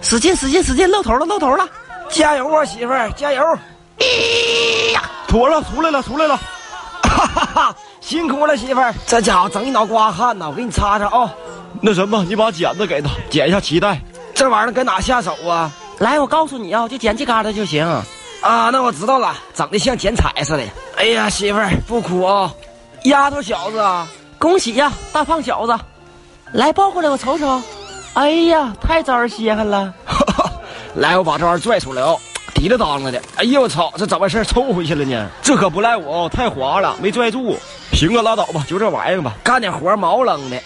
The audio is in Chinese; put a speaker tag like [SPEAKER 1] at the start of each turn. [SPEAKER 1] 使劲使劲使劲，露头了露头了，
[SPEAKER 2] 加油啊，媳妇儿，加油！妥了，出来了，出来了！哈哈哈，辛苦了，媳妇儿，这家伙整一脑瓜汗呐，我给你擦擦啊、
[SPEAKER 3] 那什么，你把剪子给他，剪一下脐带。
[SPEAKER 2] 这玩意儿该哪下手啊？
[SPEAKER 1] 来，我告诉你啊，就捡这旮瘩就行。
[SPEAKER 2] 啊，那我知道了，整的像剪彩似的。哎呀，媳妇儿不哭啊、丫头小子啊，
[SPEAKER 1] 恭喜呀，大胖小子，来抱过来我瞅瞅。哎呀，太招人稀罕了！
[SPEAKER 2] 来，我把这玩意儿拽出来啊、提了当啷的。哎呀，我操，这怎么事儿抽回去了呢？
[SPEAKER 3] 这哦可不赖我啊，太滑了，没拽住。行啊，拉倒吧，就这玩意儿吧。
[SPEAKER 2] 干点活毛愣的，